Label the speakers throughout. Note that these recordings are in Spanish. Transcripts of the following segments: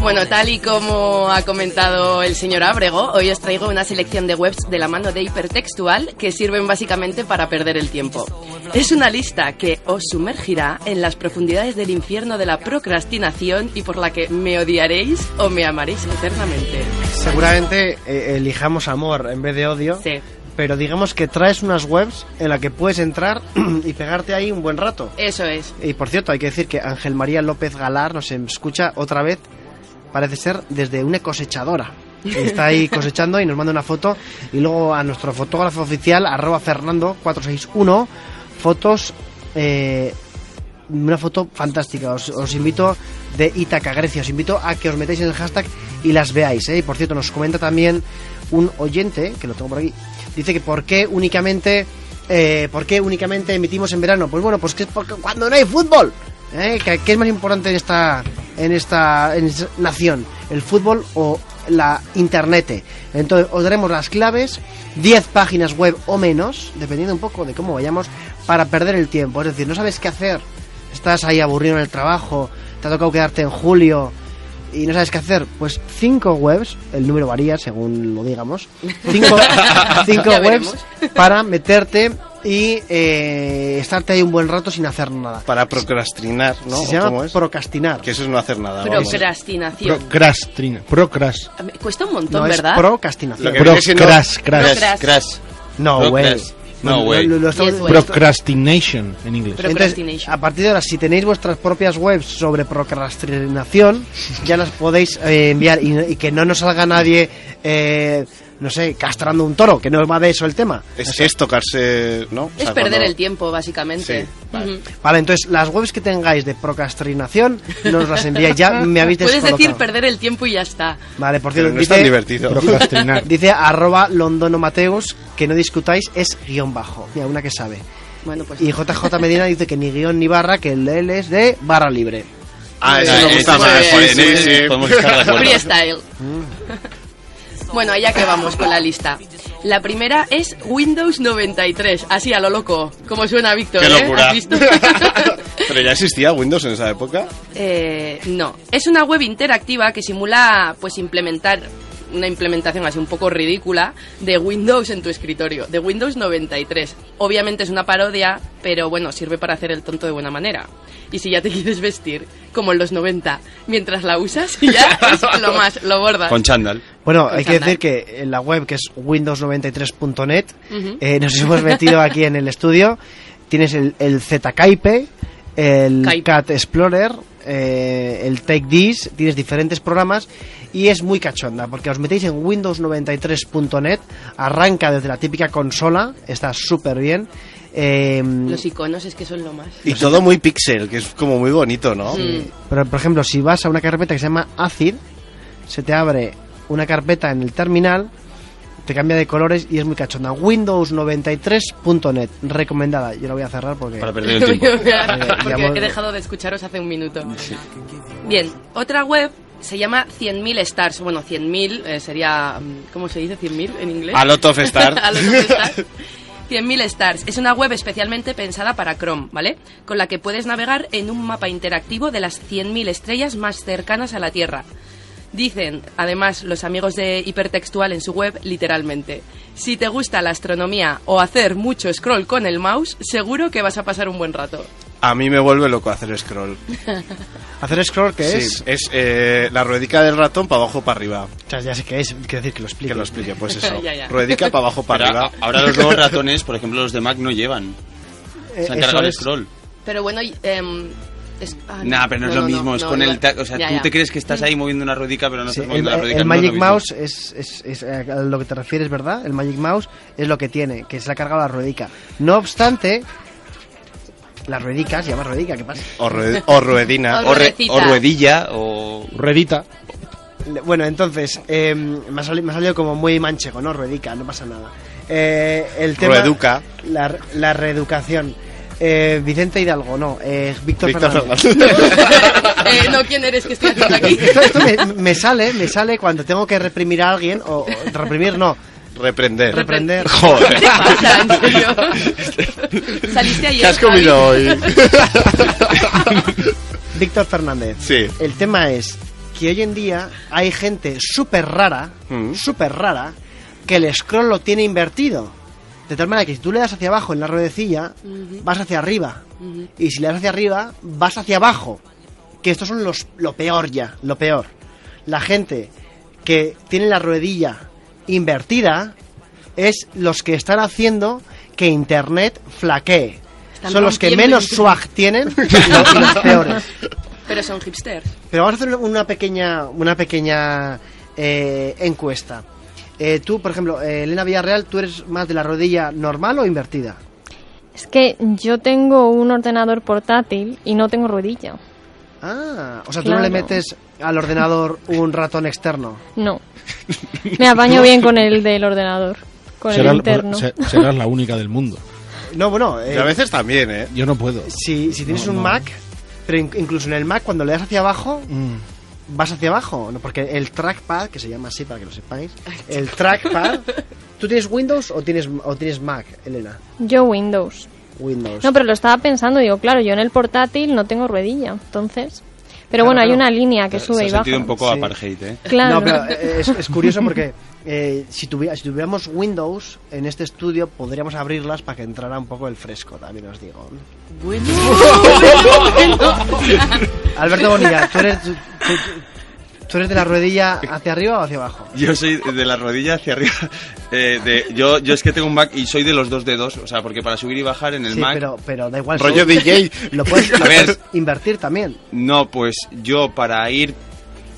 Speaker 1: Bueno, tal y como ha comentado el señor Ábrego, hoy os traigo una selección de webs de la mano de Hipertextual que sirven básicamente para perder el tiempo. Es una lista que os sumergirá en las profundidades del infierno de la procrastinación y por la que me odiaréis o me amaréis eternamente.
Speaker 2: Seguramente eh, elijamos amor en vez de odio.
Speaker 1: Sí.
Speaker 2: Pero digamos que traes unas webs en las que puedes entrar y pegarte ahí un buen rato.
Speaker 1: Eso es.
Speaker 2: Y por cierto, hay que decir que Ángel María López Galar nos escucha otra vez, parece ser desde una cosechadora. Está ahí cosechando y nos manda una foto. Y luego a nuestro fotógrafo oficial, arroba Fernando461, fotos. eh, una foto fantástica. Os, os invito de Ítaca, Grecia. Os invito a que os metáis en el hashtag y las veáis. ¿eh? Y por cierto, nos comenta también un oyente, que lo tengo por aquí, dice que por qué únicamente. eh, ¿Por qué únicamente emitimos en verano? Pues bueno, pues que es porque cuando no hay fútbol. ¿eh? ¿Qué, qué es más importante en esta, en esta en esta nación? ¿El fútbol o la internet? Entonces, os daremos las claves, 10 páginas web o menos, dependiendo un poco de cómo vayamos, para perder el tiempo. Es decir, no sabes qué hacer estás ahí aburrido en el trabajo, te ha tocado quedarte en julio y no sabes qué hacer, pues cinco webs, el número varía según lo digamos, cinco, cinco
Speaker 1: Ya
Speaker 2: webs
Speaker 1: veremos.
Speaker 2: para meterte y eh, estarte ahí un buen rato sin hacer nada.
Speaker 3: Para procrastinar, ¿no?
Speaker 2: Se
Speaker 3: ¿O
Speaker 2: llama
Speaker 3: ¿Cómo es?
Speaker 2: procrastinar.
Speaker 3: Que eso es no hacer nada. vamos.
Speaker 1: Procrastinación.
Speaker 4: Procrastrina. Procras.
Speaker 1: Me Cuesta un
Speaker 2: no
Speaker 1: montón,
Speaker 2: es
Speaker 1: ¿verdad?
Speaker 3: Lo
Speaker 2: procrastinación.
Speaker 3: que viene siendo-
Speaker 4: Procras, cras.
Speaker 3: Crash, crash.
Speaker 2: No, güey.
Speaker 3: Procras- no, güey.
Speaker 2: lo- lo estamos-
Speaker 1: Yes, güey.
Speaker 4: Procrastination en inglés.
Speaker 1: Pero-
Speaker 2: Entonces,
Speaker 1: Procrastination.
Speaker 2: a partir de ahora, si tenéis vuestras propias webs sobre procrastinación, ya las podéis eh, enviar y, y que no nos salga nadie, eh, no sé, castrando un toro, que no va de eso el tema.
Speaker 3: Es, es tocarse, ¿no? O sea,
Speaker 1: Es perder
Speaker 3: cuando-
Speaker 1: el tiempo, básicamente.
Speaker 3: Sí, vale.
Speaker 1: Ujú.
Speaker 2: Ah, Vale, entonces las webs que tengáis de procrastinación, nos las enviáis ya, me habéis
Speaker 1: Puedes
Speaker 2: descolocado.
Speaker 1: decir perder el tiempo y ya está.
Speaker 2: Vale, por
Speaker 3: Pero
Speaker 2: cierto,
Speaker 3: no es tan
Speaker 2: dice,
Speaker 3: divertido.
Speaker 4: Procrastinar.
Speaker 2: dice arroba londonomateus que no discutáis es guión bajo. Mira, una que sabe.
Speaker 1: Bueno, pues
Speaker 2: Y JJ Medina dice que ni guión ni barra, que el L es de barra libre.
Speaker 3: Ah, eso me gusta
Speaker 1: sí,
Speaker 3: más.
Speaker 1: sí,
Speaker 3: Sí, sí, sí. Podemos estar de acuerdo.
Speaker 1: freestyle. pues, Bueno, allá que vamos con la lista. La primera es Windows 93, así a lo loco. Como suena, Víctor,
Speaker 3: Qué
Speaker 1: ¿eh?
Speaker 3: locura.
Speaker 1: ¿Has visto?
Speaker 3: Pero ya existía Windows en esa época.
Speaker 1: Eh, no, es una web interactiva que simula pues implementar una implementación así un poco ridícula de Windows en tu escritorio, de Windows 93. Obviamente es una parodia, pero bueno, sirve para hacer el tonto de buena manera. Y si ya te quieres vestir como en los 90, mientras la usas, ya es lo más, lo bordas.
Speaker 3: Con Chandal.
Speaker 2: Bueno,
Speaker 1: Con
Speaker 2: hay que
Speaker 1: chándal.
Speaker 2: decir que en la web, que es windows93.net,
Speaker 1: Ujú.
Speaker 2: eh, nos hemos metido aquí en el estudio. Tienes el, el Zkaipe, el
Speaker 1: Kaipe.
Speaker 2: Cat Explorer, eh, el Take This, tienes diferentes programas y es muy cachonda porque os metéis en windows93.net, arranca desde la típica consola, está súper bien. eh,
Speaker 1: Los iconos es que son lo más.
Speaker 3: Y todo muy pixel, que es como muy bonito, ¿no?
Speaker 1: Mm.
Speaker 2: Pero, por ejemplo, si vas a una carpeta que se llama Acid, se te abre una carpeta en el terminal, te cambia de colores y es muy cachonda. Windows93.net, recomendada. Yo la voy a cerrar porque...
Speaker 3: Para perder el tiempo. Eh,
Speaker 1: Porque
Speaker 2: Llamo-
Speaker 1: he dejado de escucharos hace un minuto. Bien, otra web se llama 100.000 Stars. Bueno, 100.000 eh, sería... mm, ¿Cómo se dice 100.000 en inglés?
Speaker 3: A lot of stars.
Speaker 1: A los otros stars. 100.000 Stars es una web especialmente pensada para Chrome, ¿vale? Con la que puedes navegar en un mapa interactivo de las 100.000 estrellas más cercanas a la Tierra. Dicen, además, los amigos de Hipertextual en su web, literalmente, si te gusta la astronomía o hacer mucho scroll con el mouse, seguro que vas a pasar un buen rato.
Speaker 3: A mí me vuelve loco hacer scroll.
Speaker 2: Hacer scroll, que
Speaker 3: Sí,
Speaker 2: es...
Speaker 3: es eh, la ruedica del ratón para abajo para arriba.
Speaker 2: O sea, ya sé qué es, quiero decir que lo explique.
Speaker 3: Que lo explique, pues eso.
Speaker 1: Ya, ya.
Speaker 3: Ruedica para abajo para
Speaker 5: Pero
Speaker 3: arriba.
Speaker 5: a- ahora los nuevos ratones, por ejemplo los de Mac, no llevan.
Speaker 2: Eh,
Speaker 5: Se han
Speaker 2: eso
Speaker 5: cargado el
Speaker 2: es.
Speaker 5: scroll.
Speaker 1: Pero bueno, y, em, es- ah,
Speaker 5: Nah, pero Ah, no, es lo mismo, es
Speaker 1: no,
Speaker 5: con
Speaker 1: no.
Speaker 5: el... ta- O sea,
Speaker 1: Ya,
Speaker 5: tú
Speaker 1: ya.
Speaker 5: te crees que estás ahí moviendo una ruedica, pero no
Speaker 2: Sí,
Speaker 5: estás
Speaker 2: el,
Speaker 5: moviendo la ruedica.
Speaker 2: el
Speaker 5: no es lo
Speaker 2: Magic
Speaker 5: mismo.
Speaker 2: Mouse es, es- es eh, a lo que te refieres, ¿verdad? El Magic Mouse es lo que tiene, que se le ha cargado la ruedica. No obstante, la ruedica se llama ruedica, ¿qué pasa?
Speaker 3: O, rued- o ruedina.
Speaker 1: O
Speaker 5: O, re-
Speaker 1: ruedecita.
Speaker 5: o ruedilla, o...
Speaker 4: Redita.
Speaker 2: Bueno, entonces, eh, me, ha sali- me ha salido, como muy manchego, ¿no? Ruedica, no pasa nada. Eh, el tema...
Speaker 3: Reeduca.
Speaker 2: La, re- la reeducación. Eh, Vicente Hidalgo, no. Eh, Víctor,
Speaker 3: Víctor
Speaker 2: Fernández.
Speaker 3: Fernández.
Speaker 1: Eh, no, ¿quién eres que estoy haciendo aquí?
Speaker 2: Esto, esto me, me sale, me sale cuando tengo que reprimir a alguien, o, o reprimir no,
Speaker 3: Reprender.
Speaker 2: reprender.
Speaker 1: ¿Qué
Speaker 3: Joder.
Speaker 1: te pasa, en serio? Saliste ayer.
Speaker 3: ¿Qué has
Speaker 1: Javi?
Speaker 3: comido hoy?
Speaker 2: Víctor Fernández.
Speaker 3: Sí.
Speaker 2: El tema es que hoy en día hay gente súper rara,
Speaker 3: Mm.
Speaker 2: súper rara, que el scroll lo tiene invertido. De tal manera que si tú le das hacia abajo en la ruedecilla, vas hacia arriba. Y si le das hacia arriba, vas hacia abajo. Que estos son los, lo peor ya, lo peor. La gente que tiene la ruedilla invertida es los que están haciendo que Internet flaquee.
Speaker 1: Están
Speaker 2: son los que
Speaker 1: rompiendo
Speaker 2: menos
Speaker 1: Internet.
Speaker 2: swag tienen y los- y los peores.
Speaker 1: Pero son hipsters.
Speaker 2: Pero vamos a hacer una pequeña, una pequeña eh, encuesta. Eh, tú, por ejemplo, eh, Elena Villarreal, ¿tú eres más de la rodilla normal o invertida?
Speaker 6: Es que yo tengo un ordenador portátil y no tengo rodilla.
Speaker 2: Ah, o sea, tú no le
Speaker 6: Claro.
Speaker 2: metes al ordenador un ratón externo.
Speaker 6: No. Me apaño bien con el del ordenador, con el interno.
Speaker 4: se- serás la única del mundo.
Speaker 2: No, bueno, eh,
Speaker 3: Y a veces también, ¿eh?
Speaker 4: Yo no puedo.
Speaker 2: si, si tienes
Speaker 4: No,
Speaker 2: un
Speaker 4: no.
Speaker 2: Mac, pero in- incluso en el Mac, cuando le das hacia abajo,
Speaker 4: Mm.
Speaker 2: vas hacia abajo. ¿no? Porque el trackpad, que se llama así para que lo sepáis, el trackpad. ¿Tú tienes Windows o tienes, o tienes Mac, Elena?
Speaker 6: Yo Windows.
Speaker 2: Windows.
Speaker 6: No, pero lo estaba pensando, digo, claro, yo en el portátil no tengo ruedilla, entonces. Pero
Speaker 2: Claro,
Speaker 6: bueno, hay
Speaker 2: claro.
Speaker 6: una línea que
Speaker 5: Se
Speaker 6: sube
Speaker 5: ha
Speaker 6: y baja.
Speaker 5: sentido un poco
Speaker 2: Sí.
Speaker 5: apartheid, ¿eh?
Speaker 6: Claro.
Speaker 2: No, pero eh, es, es curioso porque eh, si, tuvi- si tuviéramos Windows en este estudio, podríamos abrirlas para que entrara un poco el fresco, también os digo.
Speaker 1: Bueno,
Speaker 2: Alberto Bonilla, ¿tú eres, tú, tú- tú eres de la ruedilla hacia arriba o hacia abajo?
Speaker 5: Yo soy de la rodilla hacia arriba. Eh, de- yo, yo es que tengo un Mac y soy de los dos dedos, o sea, porque para subir y bajar en el
Speaker 2: sí,
Speaker 5: Mac...
Speaker 2: pero, pero da igual.
Speaker 3: Rollo
Speaker 2: según-
Speaker 3: DJ.
Speaker 2: Lo puedes, lo
Speaker 5: A ver.
Speaker 2: puedes invertir también.
Speaker 5: No, pues yo para ir...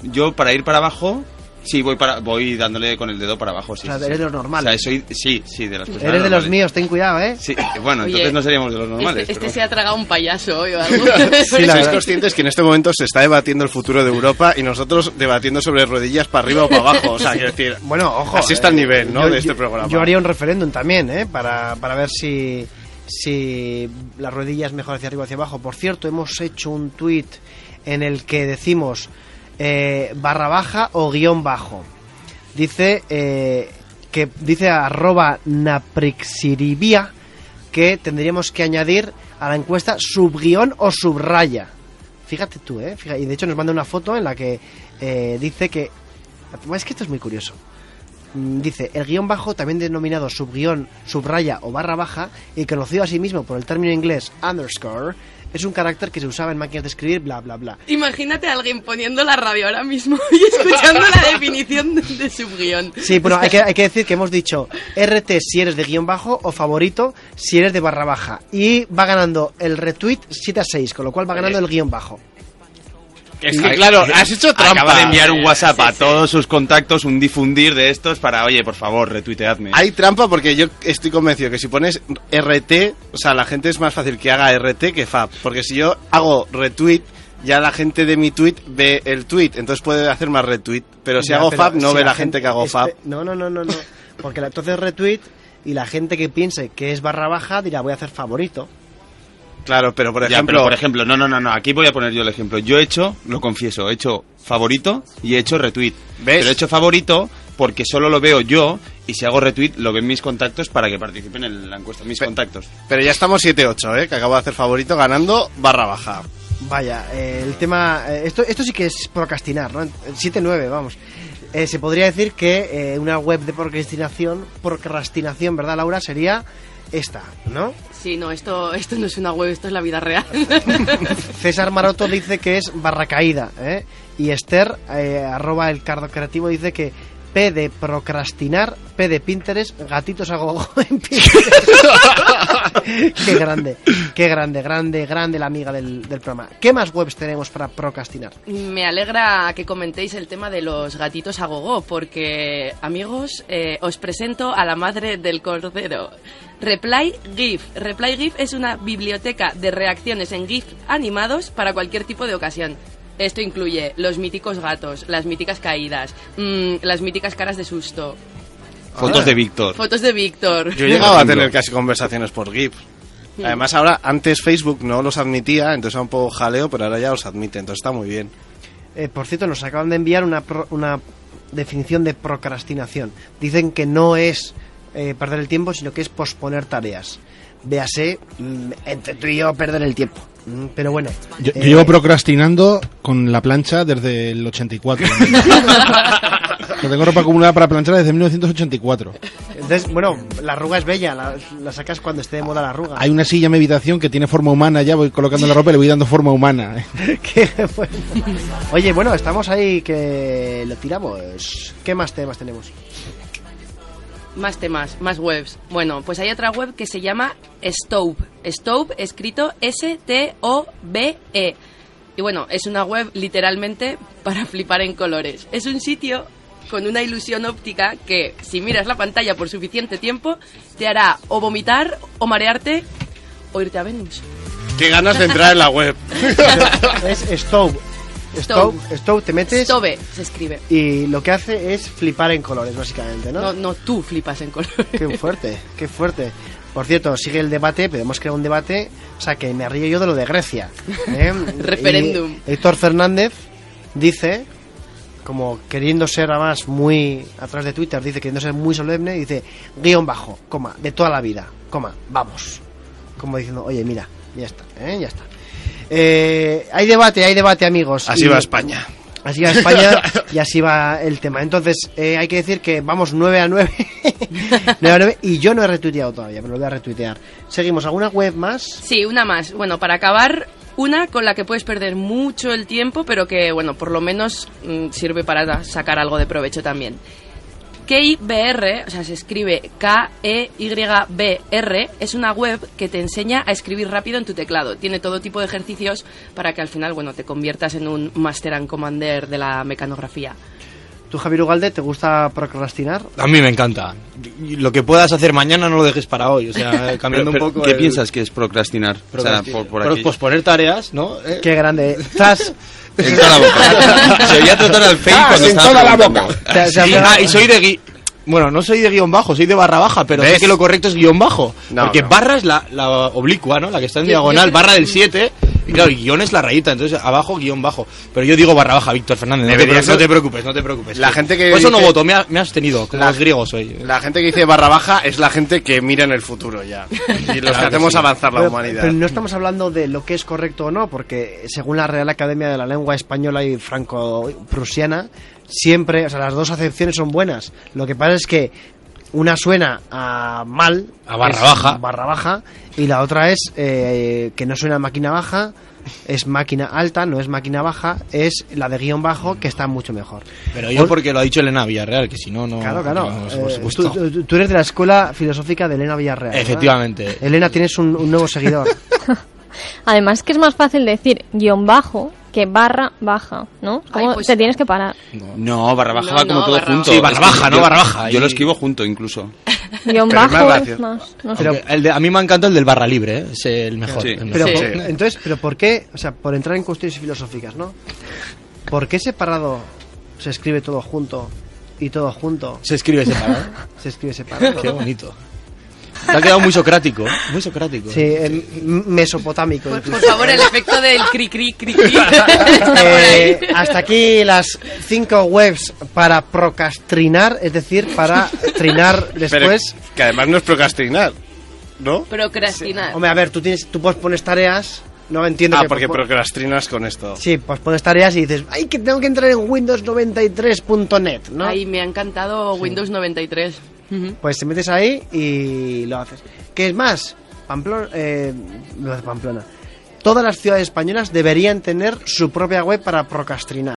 Speaker 5: Yo para ir para abajo... Sí, voy para voy dándole con el dedo para abajo, sí.
Speaker 2: O sea,
Speaker 5: sí,
Speaker 2: eres
Speaker 5: sí.
Speaker 2: de los normales.
Speaker 5: O sea, soy, sí, sí, de las personas
Speaker 2: Eres de los
Speaker 5: normales.
Speaker 2: míos, ten cuidado, ¿eh?
Speaker 5: Sí, bueno,
Speaker 1: Oye,
Speaker 5: entonces no seríamos de los normales.
Speaker 1: este, este
Speaker 5: pero-
Speaker 1: se ha tragado un payaso hoy o algo.
Speaker 2: Sí, la
Speaker 3: ¿Sois
Speaker 2: verdad.
Speaker 3: conscientes que en este momento se está debatiendo el futuro de Europa y nosotros debatiendo sobre rodillas para arriba o para abajo? O sea, quiero decir,
Speaker 2: Bueno, ojo. eh,
Speaker 3: Así está el nivel, ¿no?
Speaker 2: yo-
Speaker 3: de este
Speaker 2: yo-
Speaker 3: programa.
Speaker 2: Yo haría un referéndum también, ¿eh? Para, para ver si, si la rodilla es mejor hacia arriba o hacia abajo. Por cierto, hemos hecho un tuit en el que decimos eh, barra baja o guión bajo. Dice eh, que dice arroba naprixiribia que tendríamos que añadir a la encuesta subguión o subraya. Fíjate tú, ¿eh? Fija- y de hecho nos manda una foto en la que eh, dice que... Es que esto es muy curioso. Mm, Dice, el guión bajo, también denominado subguión, subraya o barra baja, y conocido asimismo por el término inglés underscore, es un carácter que se usaba en máquinas de escribir, bla, bla, bla.
Speaker 1: Imagínate a alguien poniendo la radio ahora mismo y escuchando la definición de, de subguión.
Speaker 2: Sí, bueno, hay que, hay que decir que hemos dicho RT si eres de guión bajo o favorito si eres de barra baja. Y va ganando el retweet 7 a 6, con lo cual va
Speaker 3: Eh,
Speaker 2: ganando el guión bajo.
Speaker 5: Es
Speaker 3: que, claro, has hecho
Speaker 5: Acaba
Speaker 3: trampa.
Speaker 5: de enviar un WhatsApp a todos sus contactos, un difundir de estos para, oye, por favor, retuiteadme.
Speaker 3: hay trampa porque yo estoy convencido que si pones RT, o sea, la gente es más fácil que haga RT que FAB. Porque si yo hago retweet, ya la gente de mi tweet ve el tweet, entonces puede hacer más retweet. Pero si
Speaker 2: Ya,
Speaker 3: hago
Speaker 2: pero
Speaker 3: FAB, no
Speaker 2: si
Speaker 3: ve la gente que hago
Speaker 2: espe-
Speaker 3: FAB.
Speaker 2: No, no, no, no, no. Porque la- entonces retweet y la gente que piense que es barra baja dirá voy a hacer favorito.
Speaker 3: Claro, pero por
Speaker 5: Ya,
Speaker 3: ejemplo,
Speaker 5: pero por ejemplo, no, no, no, no, aquí voy a poner yo el ejemplo. Yo he hecho, lo confieso, he hecho favorito y he hecho retweet.
Speaker 3: ¿Ves?
Speaker 5: Pero he hecho favorito porque solo lo veo yo y si hago retweet lo ven mis contactos para que participen en la encuesta, mis
Speaker 3: Pe-
Speaker 5: contactos.
Speaker 3: pero ya estamos 7-8, ¿eh? Que acabo de hacer favorito ganando barra baja.
Speaker 2: Vaya, eh, el tema... eh, esto, esto sí que es procrastinar, ¿no? 7-9, vamos. Eh, se podría decir que eh, una web de procrastinación, procrastinación, ¿verdad, Laura? Sería esta, ¿no?
Speaker 1: Sí, no, esto, esto no es una web, esto es la vida real.
Speaker 2: César Maroto dice que es barracaída, ¿eh? Y Esther, eh, arroba el cardo creativo, dice que P de procrastinar, P de Pinterest, gatitos a gogo en Pinterest. qué grande, qué grande, grande, grande la amiga del, del programa. ¿Qué más webs tenemos para procrastinar?
Speaker 1: Me alegra que comentéis el tema de los gatitos a gogo, porque, amigos, eh, os presento a la madre del cordero. Reply GIF. Reply GIF es una biblioteca de reacciones en GIF animados para cualquier tipo de ocasión. Esto incluye los míticos gatos, las míticas caídas, mm, las míticas caras de susto,
Speaker 5: Ah. Fotos de Víctor.
Speaker 1: fotos de Víctor.
Speaker 3: Yo he llegado a tener casi conversaciones por GIF. Además, ahora, antes Facebook no los admitía, entonces era un poco jaleo, pero ahora ya los admite, entonces está muy bien.
Speaker 2: Eh, por cierto, nos acaban de enviar una, pro- una definición de procrastinación. Dicen que no es eh, perder el tiempo, sino que es posponer tareas. véase mm, entre tú y yo perder el tiempo. Mm, Pero bueno.
Speaker 4: Yo, yo
Speaker 2: eh,
Speaker 4: llevo procrastinando con la plancha desde el 84. Yo tengo ropa acumulada para planchar desde 1984.
Speaker 2: entonces, bueno, la arruga es bella, la, la sacas cuando esté de moda la arruga.
Speaker 4: Hay una silla en mi habitación que tiene forma humana, ya voy colocando la ropa y le voy dando forma humana.
Speaker 2: Qué bueno. pues, Oye, bueno, estamos ahí que lo tiramos. ¿Qué más temas tenemos?
Speaker 1: Más temas, más webs. Bueno, pues hay otra web que se llama Stove. Stove, escrito S-T-O-B-E. E. Y bueno, es una web literalmente para flipar en colores. Es un sitio con una ilusión óptica que, si miras la pantalla por suficiente tiempo, te hará o vomitar, o marearte, o irte a Venus.
Speaker 3: Qué ganas de entrar en la web.
Speaker 2: es Stove. Stove.
Speaker 1: Stove.
Speaker 2: Stove, te metes
Speaker 1: Stove se escribe.
Speaker 2: y lo que hace es flipar en colores, básicamente, ¿no?
Speaker 1: No, no, tú flipas en colores.
Speaker 2: Qué fuerte, qué fuerte. Por cierto, sigue el debate, pero hemos creado un debate, o sea, que me río yo de lo de Grecia. ¿eh?
Speaker 1: Referéndum.
Speaker 2: Y Héctor Fernández dice, como queriendo ser además muy, a través de Twitter, dice queriendo ser muy solemne, dice, guión bajo, coma, de toda la vida, coma, vamos. Como diciendo, oye, mira, ya está, ¿eh? ya está. Eh, hay debate, hay debate, amigos.
Speaker 3: Así
Speaker 2: Y-
Speaker 3: va España.
Speaker 2: Así va España y así va el tema. Entonces, eh, hay que decir que vamos 9 a 9. 9 a 9 y yo no he retuiteado todavía, pero lo voy a retuitear. Seguimos, ¿alguna web más?
Speaker 1: Sí, una más. Bueno, para acabar, una con la que puedes perder mucho el tiempo, pero que, bueno, por lo menos mm, sirve para sacar algo de provecho también. KIBR, o sea, se escribe E K-E-Y-B-R, es una web que te enseña a escribir rápido en tu teclado. Tiene todo tipo de ejercicios para que al final, bueno, te conviertas en un Master and Commander de la mecanografía.
Speaker 2: ¿Tú, Javier Ugalde, te gusta procrastinar?
Speaker 7: A mí me encanta. Y Lo que puedas hacer mañana no lo dejes para hoy. O sea, cambiando
Speaker 5: Pero-
Speaker 7: un poco.
Speaker 5: ¿Qué
Speaker 7: el-
Speaker 5: piensas que es procrastinar? O sea,
Speaker 7: procrastinar.
Speaker 5: por, por
Speaker 7: Pro-
Speaker 5: aquí.
Speaker 7: posponer tareas, ¿no? ¿Eh?
Speaker 2: Qué grande. ¡Zas!
Speaker 5: En toda la boca. Se oía tratar al Fey
Speaker 7: Ah,
Speaker 5: cuando
Speaker 7: en
Speaker 5: estaba
Speaker 7: toda la
Speaker 5: preguntando.
Speaker 7: boca.
Speaker 2: Te- te has
Speaker 7: Sí,
Speaker 2: pegado.
Speaker 7: ah, y soy de gui- Bueno, no soy de guión bajo, soy de barra baja, pero
Speaker 3: ¿Ves?
Speaker 7: sé que lo correcto es guión bajo.
Speaker 3: No,
Speaker 7: porque
Speaker 3: no.
Speaker 7: barra es la, la oblicua, ¿no? La que está en
Speaker 1: Yo- yo
Speaker 7: diagonal,
Speaker 1: creo-
Speaker 7: barra del 7. Y claro, guión es la rayita, entonces abajo guión bajo. Pero yo digo barra baja, Víctor Fernández. No te,
Speaker 3: Debería
Speaker 7: pre-
Speaker 3: ser-
Speaker 7: no te preocupes, no te preocupes.
Speaker 3: La
Speaker 7: Sí.
Speaker 3: gente que
Speaker 7: Por eso no
Speaker 3: dice-
Speaker 7: voto, me, ha- me has tenido, como
Speaker 3: La-
Speaker 7: los griegos hoy.
Speaker 3: La gente que dice barra baja es la gente que mira en el futuro ya. Y los que hacemos avanzar la
Speaker 2: Pero-
Speaker 3: humanidad.
Speaker 2: Pero no estamos hablando de lo que es correcto o no, porque según la Real Academia de la Lengua Española y Franco-Prusiana, siempre, o sea, las dos acepciones son buenas. Lo que pasa es que una suena a mal,
Speaker 7: A barra
Speaker 2: es
Speaker 7: baja.
Speaker 2: barra baja, y la otra es eh, que no suena a máquina baja, es máquina alta, no es máquina baja, es la de guión bajo, que está mucho mejor.
Speaker 7: Pero yo porque lo ha dicho Elena Villarreal, que si no, no.
Speaker 2: Claro, claro.
Speaker 7: no,
Speaker 2: Eh,
Speaker 7: por supuesto.
Speaker 2: tú, tú- tú eres de la escuela filosófica de Elena Villarreal. ¿verdad?
Speaker 7: Efectivamente.
Speaker 2: Elena, tienes un- un nuevo seguidor.
Speaker 6: Además que es más fácil decir guión bajo que barra baja, ¿no?
Speaker 1: Ay,
Speaker 6: Como
Speaker 1: pues-
Speaker 6: te tienes que parar.
Speaker 5: No, barra baja
Speaker 1: No,
Speaker 5: va como
Speaker 1: no,
Speaker 5: todo
Speaker 1: barra
Speaker 5: junto.
Speaker 1: baja.
Speaker 7: Sí, barra
Speaker 5: Es que
Speaker 7: baja, ¿no?
Speaker 5: yo-
Speaker 7: Barra baja.
Speaker 5: Yo lo
Speaker 7: Y-
Speaker 5: escribo junto incluso.
Speaker 6: Guión
Speaker 3: Pero es más
Speaker 6: bajo
Speaker 3: gracioso.
Speaker 6: es más. No sé.
Speaker 7: Aunque el de- a mí me encanta el del barra libre, ¿eh? es el mejor.
Speaker 5: Sí.
Speaker 7: el
Speaker 2: Pero,
Speaker 7: mejor.
Speaker 1: Sí.
Speaker 2: por- entonces, ¿pero por qué? O sea, por entrar en cuestiones filosóficas, ¿no? ¿Por qué separado se escribe todo junto y todo junto
Speaker 7: Se escribe ¿eh? separado.
Speaker 2: se escribe separado?
Speaker 7: Qué bonito. Te ha quedado muy socrático. Muy socrático.
Speaker 2: Sí, en mesopotámico.
Speaker 1: Por, por
Speaker 2: incluso.
Speaker 1: favor, el efecto del cri cri cri cri está por ahí.
Speaker 2: Eh, hasta aquí las cinco webs para procrastinar, es decir, para trinar
Speaker 3: Pero
Speaker 2: después.
Speaker 3: que además no es procrastinar, ¿no?
Speaker 1: Procrastinar.
Speaker 2: Hombre, a ver, tú tienes, tú pospones tareas, no entiendo.
Speaker 3: Ah,
Speaker 2: que
Speaker 3: porque
Speaker 2: pospo-
Speaker 3: procrastinas con esto.
Speaker 2: Sí, pospones tareas y dices, ay, que tengo que entrar en Windows93.net, ¿no?
Speaker 1: Ay, me ha encantado Windows 93. Ujú.
Speaker 2: Pues te metes ahí y lo haces. ¿Qué es más? Pamplona, eh, Pamplona. Todas las ciudades españolas deberían tener su propia web para procrastinar.